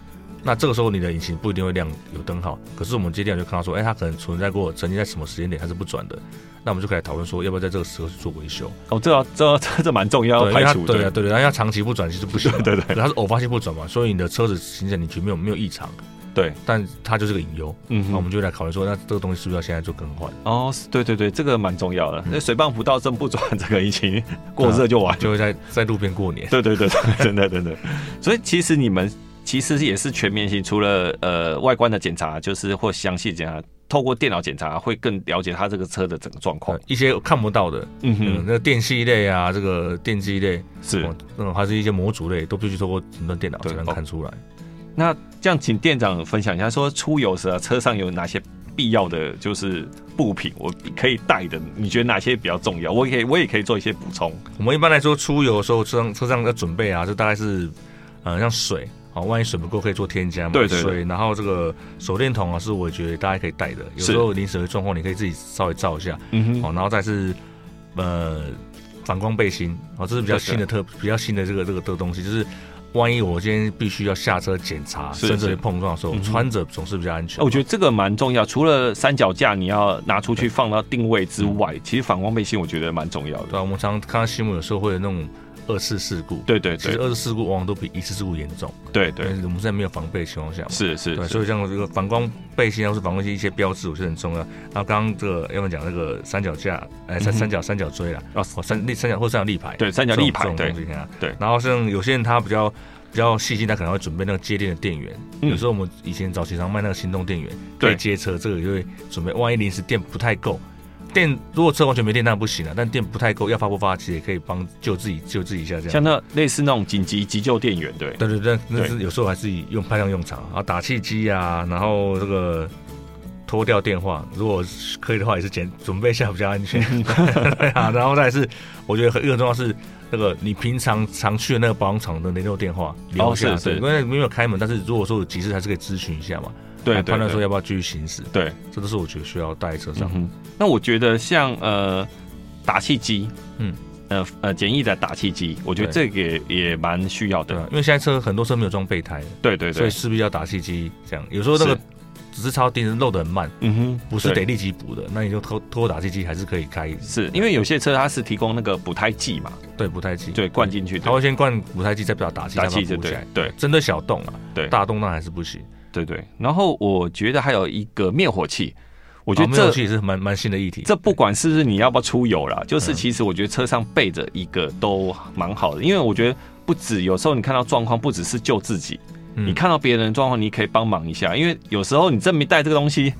那这个时候你的引擎不一定会亮有灯号，可是我们接电脑就看到说，哎、它可能存在过曾经在什么时间点它是不转的，那我们就可以来讨论说，要不要在这个时候去做维修？哦，这要这这这蛮重要，对要因为排它除对啊对对，然后它长期不转其实不行嘛，对对对它是偶发性不转嘛，所以你的车子行驶里程没有没有异常，对，但它就是个隐忧，嗯那我哼。们就来考虑说，那这个东西是不是要现在做更换？哦，是对对对，这个蛮重要的。嗯那、水泵不到正不转，这个已经过热就完。就会在在路边过年。对对对对，真的真的。所以其实你们其实也是全面性，除了呃外观的检查，就是或详细检查，透过电脑检查会更了解它这个车的整个状况呃。一些看不到的，嗯嗯，哼，那个电器类啊，这个电机类，是哦。，那种还是一些模组类，都必须透过诊断电脑对才能哦看出来。那这样，请店长分享一下，说出游时啊，车上有哪些必要的就是物品，我可以带的，你觉得哪些比较重要？我也可以，我也可以做一些补充。我们一般来说出游的时候，车上车上要准备啊，就大概是，呃，像水好、万一水不够可以做添加嘛。对对对水，然后这个手电筒啊，是我觉得大家可以带的，有是时候临时的状况你可以自己稍微照一下。哦嗯哼，好、然后再是呃反光背心，哦，这是比较对对新的特比较新的这个这个这个东西，就是万一我今天必须要下车检查，是甚至是被碰撞的时候，嗯哼啊穿着总是比较安全。我觉得这个蛮重要，除了三脚架你要拿出去放到定位之外，其实反光背心我觉得蛮重要对的。啊，我们常常看到新闻，有时候会有那种二次事故。对对其实对二次事故往往都比一次事故严重，对因对，为我们在没有防备的情况下嘛。是是对，是所以像这个反光背心啊，或是反光一些标志，我觉得很重要。然后刚刚这个要么讲这个三脚架，哎，三嗯哼三角三角锥啦，哦哦，三立三角或三角立牌，对三角立牌这种这对种东西啊对然后像有些人他比较比较细心，他可能会准备那个接电的电源。嗯有时候我们以前早期常卖那个行动电源，对可以接车，这个也会准备。万一临时电不太够，电如果车完全没电那不行啊，但电不太够要发不发，其实也可以帮救自己救自己一下这样。像那类似那种紧急急救电源，对对对对，那是有时候还是以用派上用场啊，打气机啊，然后这个脱掉电话，如果是可以的话也是简准备一下比较安全。 对啊，然后再来是我觉得很一个很重要是那个你平常常去的那个保养厂的联络电话留下，是哦是对因为没有开门，但是如果说有急事还是可以咨询一下嘛，对来对判断说对要不要继续行驶，对。这都是我觉得需要带在车上嗯。哼，那我觉得像呃打气机，嗯，呃呃简易的打气机，我觉得这对个也也蛮需要对的。啊，因为现在车很多车没有装备胎，对对所对以，势必要打气机这样。有时候那个是只是超低，漏的很慢，嗯哼，不是对得立即补的，那你就偷偷打气机还是可以开，是因为有些车它是提供那个补胎剂嘛，对补胎剂，对，灌进去嗯它的会先灌补胎剂，再把打气打气再就把它补对起来。对针对小洞啊，对大洞那还是不行。对对。然后我觉得还有一个灭火器，我我觉得这、其实蛮蛮新的议题。这不管是不是你要不要出游啦，就是嗯其实我觉得车上备着一个都蛮好的，因为我觉得不止有时候你看到状况，不只是救自己，嗯你看到别人的状况，你可以帮忙一下，因为有时候你真没带这个东西，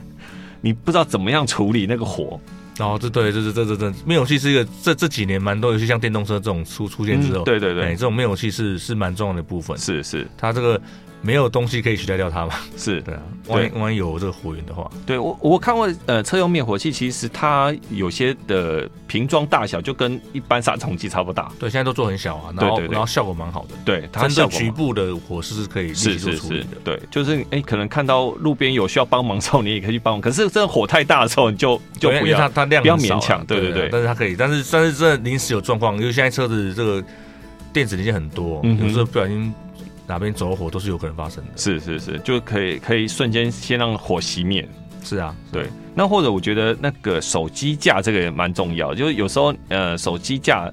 你不知道怎么样处理那个火。哦，这对，这是这这这灭火器是一个这这几年蛮多，尤其像电动车这种出出现之后，嗯对对对哎这种灭火器是是蛮重要的部分。是是它这个没有东西可以取代掉它嘛？ 是，对啊，万一万一有这个火源的话，对我我看过呃车用灭火器，其实它有些的瓶装大小就跟一般杀虫剂差不大，对，现在都做很小啊，然后对对对然后效果蛮好的，对，它针对效果局部的火势是可以立是即做是处理是的。，对，就是哎，可能看到路边有需要帮忙的时候，你也可以去帮忙，可是真的火太大的时候，你就就对不因为它要。它量不要很少啊勉强对对对但是它可以，但是但是这临时有状况，因为现在车子这个电子零件很多，嗯哼有时候不小心哪边走火都是有啊可能发生的。是是是，就可以可以瞬间先让火熄灭，是啊，对，那或者我觉得那个手机架这个也蛮重要，就是有时候呃手机架，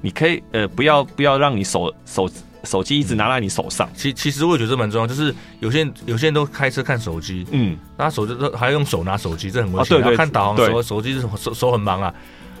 你可以呃不要不要让你手手手机一直拿在你手上，其其实我也觉得这蛮重要，就是有些人有些人都开车看手机，嗯，拿手机都还要用手拿手机，这很危哦险。对对然后看导航对的时候，手机是手手很忙啊。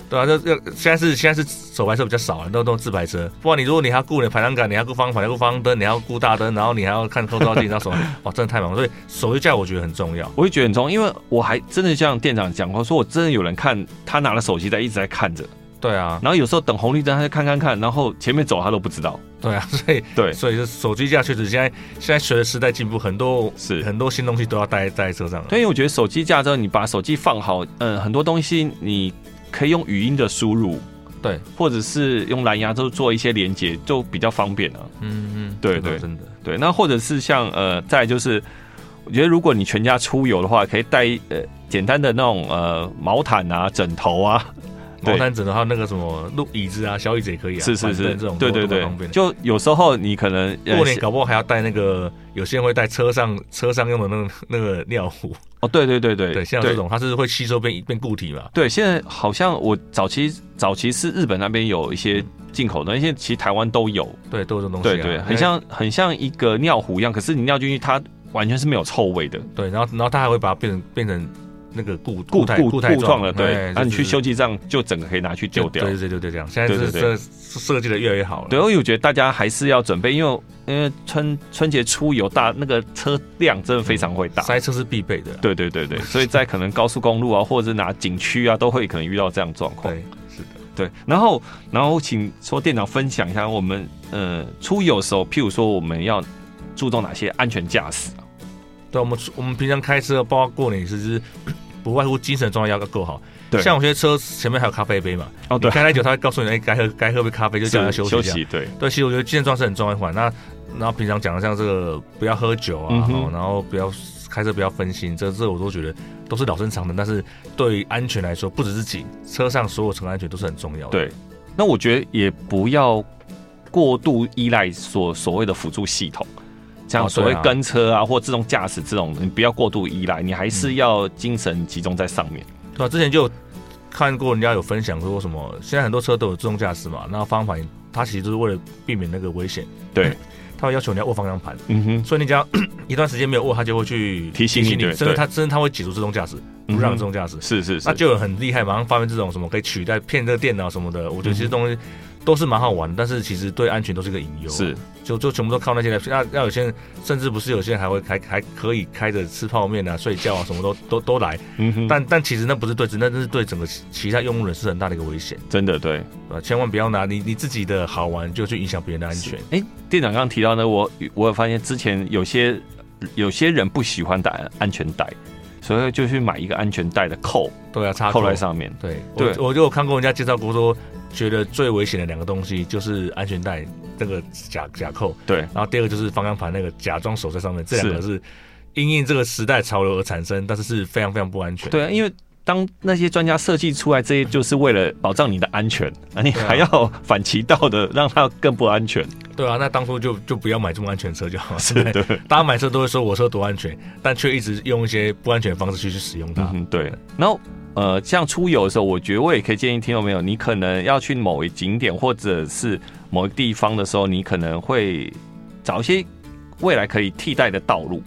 对啊，这要现在是现在是手排车比较少啊，都都自排车。不然你如果你还要顾你的排挡杆，你还要顾方向盘，你还要顾方向灯，你还要顾大灯，然后你还要看后照镜，然后手哇，真的太忙了。所以手机架我觉得很重要。我会觉得很重要，因为我还真的像店长讲过，说我真的有人看他拿了手机在一直在看着，对啊，然后有时候等红绿灯他就看看看，然后前面走他都不知道，对啊， 所以对，所以这手机架确实现在现在随着时代进步，很多是很多新东西都要带带在车上了。对，因为我觉得手机架之后，你把手机放好，嗯，很多东西你可以用语音的输入，对，或者是用蓝牙都做一些连接，就比较方便啊。嗯嗯，对真的对真的。对，那或者是像呃，再来就是，我觉得如果你全家出游的话，可以带呃简单的那种呃毛毯啊、枕头啊，对毛毯枕头还有那个什么路椅子啊，小椅子也可以啊，是是板是凳这种，对对都都蛮对方便，的。就有时候你可能呃过年搞不好还要带那个，有些人会带车上车上用的那个那个尿壶，哦，对对对对对，像这种它是会吸收变变固体嘛，对，现在好像我早期早期是日本那边有一些进口的，那些其实台湾都有，对，都有这种东西、啊，对对，很像很像一个尿壶一样，可是你尿进去它完全是没有臭味的，对，然后然后它还会把它变成变成那个固固态固态固状的，对，哎然后你去就是修机站就整个可以拿去丢掉，对对对对，这样，现在对这对对这设计的越来越好了，对，因为我觉得大家还是要准备，因为因为春春节出游大，那个车辆真的非常会大。塞车是必备的啊，对对对对，所以在可能高速公路啊，或者是哪景区啊，都会可能遇到这样的状况。对，是的，对，然后然后请说店长分享一下我们呃出游的时候，譬如说我们要注重哪些安全驾驶啊？ 对，我们出我们平常开车，包括过年也是，就是不外乎精神状态要够好。对像有些车前面还有咖啡杯嘛，哦你对，开太久，他会告诉你，哎，该喝该喝杯咖啡，就叫他是休息休一下。息，对，对，其实我觉得健壮是很重要一环。那然后平常讲的像这个不要喝酒啊，嗯哼哦然后不要开车不要分心，这这我都觉得都是老生常谈。但是对于安全来说，不只是己车上所有乘客安全都是很重要的。对那我觉得也不要过度依赖所所谓的辅助系统，像哦所谓对啊跟车啊或自动驾驶这种，你不要过度依赖，你还是要精神集中在上面。对啊，之前就有看过人家有分享说什么，现在很多车都有自动驾驶嘛，那方法它其实就是为了避免那个危险，对，它会要求你要握方向盘，嗯哼，所以你只要 一段时间没有握，它就会去提醒你对甚至对嗯它甚至它会解除自动驾驶，不让自动驾驶。是是是，那就有很厉害，马上发明这种什么可以取代骗这个电脑什么的，我觉得嗯其实东西都是蛮好玩的，但是其实对安全都是个隐忧。是，就就全部都靠那些来骗。那那有些人甚至不是有些人还会还还可以开着吃泡面啊、睡觉啊，什么都都都来。嗯哼，但但其实那不是对，那那是对整个其其他用户人是很大的一个危险，真的对。对吧？千万不要拿你你自己的好玩就去影响别人的安全。哎、店长刚刚提到呢，我我有发现之前有些有些人不喜欢戴安全带，所以就去买一个安全带的扣对啊，插扣在上面。对，对我我就有看过人家介绍过说，觉得最危险的两个东西就是安全带那个假假扣，对，然后第二个就是方向盘那个假装手在上面，这两个是因应这个时代潮流而产生，但是是非常非常不安全。对啊，因为当那些专家设计出来这些，就是为了保障你的安全，啊，你还要反其道的让它更不安 全。对啊，那当初就就不要买这么安全的车就好了。是的，大家买车都会说我车多安全，但却一直用一些不安全的方式去去使用它。嗯哼，对。然后呃，像出游的时候，我觉得我也可以建议听众朋友，你可能要去某一景点或者是某一个地方的时候，你可能会找一些未来可以替代的道路，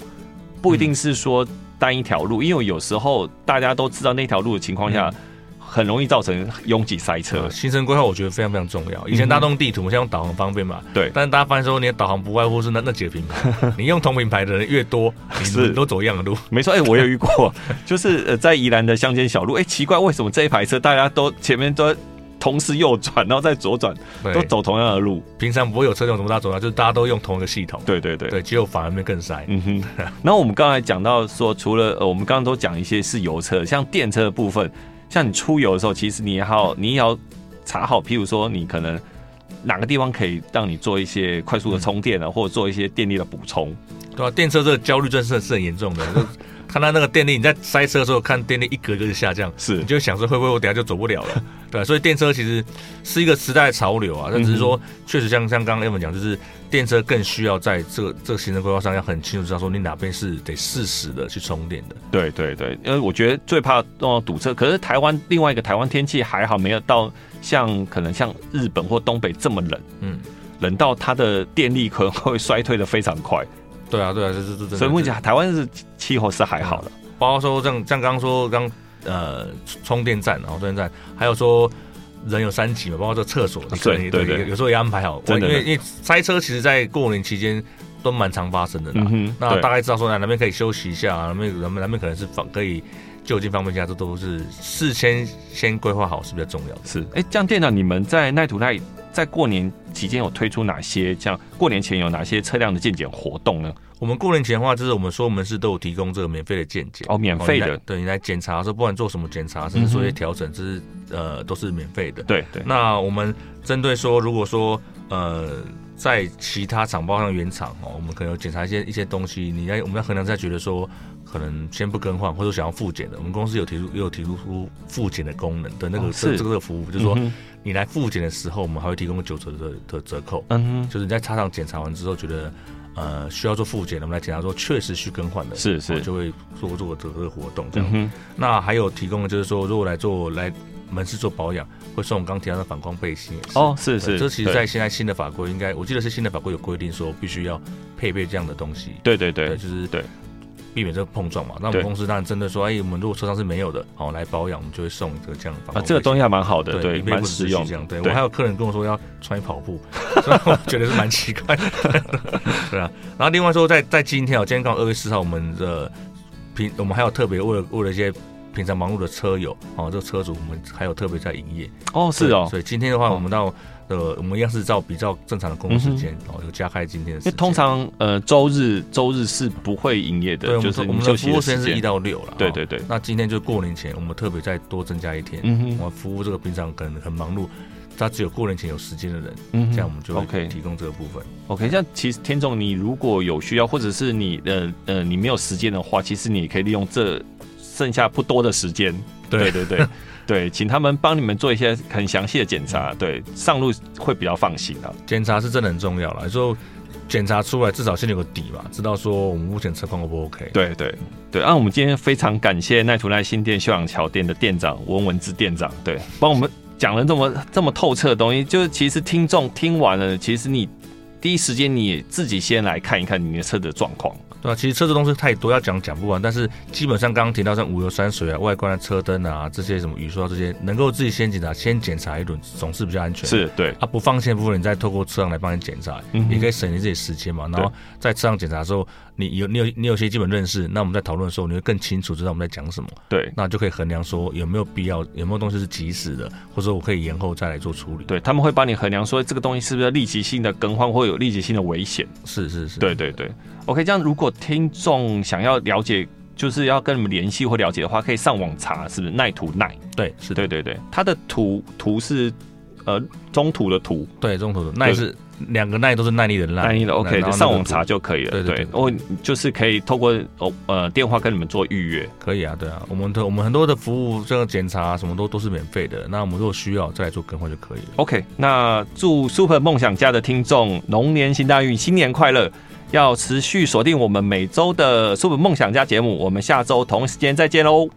不一定是说单一条路，因为有时候大家都知道那条路的情况下，很容易造成拥挤塞车呃，。行程规划我觉得非常非常重要。以前大家都用地图，现在用导航方便嘛。嗯对但是大家发现说，你的导航不外乎是那那几个品 牌，你用同品牌的人越多，是你都走一样的路。没错，哎、我有遇 过，就是呃，在宜兰的乡间小路，哎、奇怪，为什么这一排车大家都前面都同时右转，然后再左转，都对，走同样的路？平常不会有车用什么大走啊，就是大家都用同一个系统。对对对。对，结果反而变更塞。嗯 哼，然后我们刚才讲到说，除了、呃、我们刚刚都讲一些是油车，像电车的部分，像你出游的时候，其实你也要你也要查好，譬如说你可能哪个地方可以让你做一些快速的充电啊，或者做一些电力的补充。对啊，电车这个焦虑症是是很严重的。就看到那个电力，你在塞车的时候看电力一格一格的下降，是你就想说会不会我等下就走不了了？对啊、所以电车其实是一个时代的潮流啊，但只嗯是说确实像像刚刚 Evan 讲，就是电车更需要在这个这个行程规划上要很清楚知道说你哪边是得适时的去充电的。对对对，因为我觉得最怕弄到堵车。可是台湾另外一个台湾天气还好，没有到像可能像日本或东北这么冷，嗯，冷到它的电力可能会衰退的非常快。对啊，对啊，这这这真的。所以目前台湾是气候是还好的，包括说像像刚刚说刚呃充充电站，然后充电站，还有说人有三级嘛，包括这厕所，对啊对对有有时候也安排好，真的因为因为塞车，其实在过年期间都蛮常发生的啦。嗯哼，那对大概知道说哪哪边可以休息一下，啊哪边哪边哪边可能是方可以就近方便一下，这都是事先先规划好是比较重要的。是，哎、这样店长，你们在奈图奈在过年期间有推出哪些？像过年前有哪些车辆的健检活动呢？我们过年前的话，就是我们说我们是都有提供这个免费的健检哦，免费你来的，对你来检查的时候，不管做什么检查，甚至做嗯一些哼调整，这是呃都是免费的。对对，那我们针对说，如果说呃，在其他厂包上原厂哦，我们可能有检查一些一些东西，你在我们在衡量在觉得说，可能先不更换，或者想要复检的，我们公司有提出也有提出复检的功能的那个、哦这是这个服务，就是说、嗯哼你来复检的时候，我们还会提供九折的的折扣，嗯哼， 就是你在车上检查完之后觉得。呃，需要做复检的，我们来检查说确实需更换的，是是我哦就会做做这个活动这样嗯子哼，那还有提供的就是说，如果来做来门市做保养，会送我们刚提到的反光背心。哦，是对，是，这其实对在现在新的法规应该，我记得是新的法规有规定说必须要配备这样的东西。对对对，就是对。避免这个碰撞嘛，那我对们公司当然针对说，哎，我们如果车上是没有的，好来保养，我们就会送一个这样的反啊，光背这心。个东西还蛮好的，对，以备蛮不时实之用需这样。对对我还有客人跟我说要穿去跑步， 所以我觉得是蛮奇怪的， 对啊。然后另外说，在在今天哦，今天刚好二月四号，我们的平我们还有特别为了为了一些平常忙碌的车友哦，这个车主我们还有特别在营业哦，是对哦，所以今天的话，哦嗯我们到呃，我们一样是照比较正常的工作时间，然后有加开今天的因时为间。通常呃周日周日是不会营业对，的，我就们是说我你们休的息服的务时时间是一间。到六了。对哦对对，那今天就过年前，我们特别再多增加一天，嗯我哼，们服务这个平常可能很忙碌，他只有过年前有时间的人，嗯哼这样我们就 OK 会提供这个部分。 OK，像其实天众，你如果有需要，或者是你呃呃你没有时间的话，其实你也可以利用这剩下不多的时间，对对 对对，请他们帮你们做一些很详细的检查，对上路会比较放心啊。检查是真的很重要了，就检查出来至少心里有个底嘛，知道说我们目前车况 O 不 OK。对对对，啊，我们今天非常感谢奈图赖新店秀朗桥店的店长文文之店长，对，帮我们讲了这么这么透彻的东西，就是其实听众听完了，其实你第一时间你也自己先来看一看你的车的状况。对啊，其实车子东西太多，要讲讲不完。但是基本上刚刚提到像无油山水啊、外观的车灯啊这些什么雨刷这些，能够自己先检查、先检查一轮，总是比较安全。是对，啊，不放线的部分，你再透过车上来帮你检查，嗯哼也可以省你自己时间嘛。然后在车上检查的时候，你有你有你有些基本认识，那我们在讨论的时候，你会更清楚知道我们在讲什么，对那就可以衡量说有没有必要，有没有东西是及时的，或者我可以延后再来做处理。对，他们会帮你衡量说这个东西是不是立即性的更换或有立即性的危险。是是是，对对对，OK，这样如果听众想要了解，就是要跟你们联系或了解的话，可以上网查是不是奈图奈？对是对的，对对，它的图图是呃中途的图，对中途的耐是两个耐都是耐力的耐，单一的 OK，然就后那个上网图查就可以了。对对对对我就是可以透过哦呃电话跟你们做预约。可以啊，对啊，我们的我们很多的服务，这个检查啊什么都都是免费的。那我们如果需要再来做更换就可以了。 OK，那祝 Super 梦想家的听众龙年行大运，新年快乐！要持续锁定我们每周的 Super 梦想家节目，我们下周同一时间再见喽。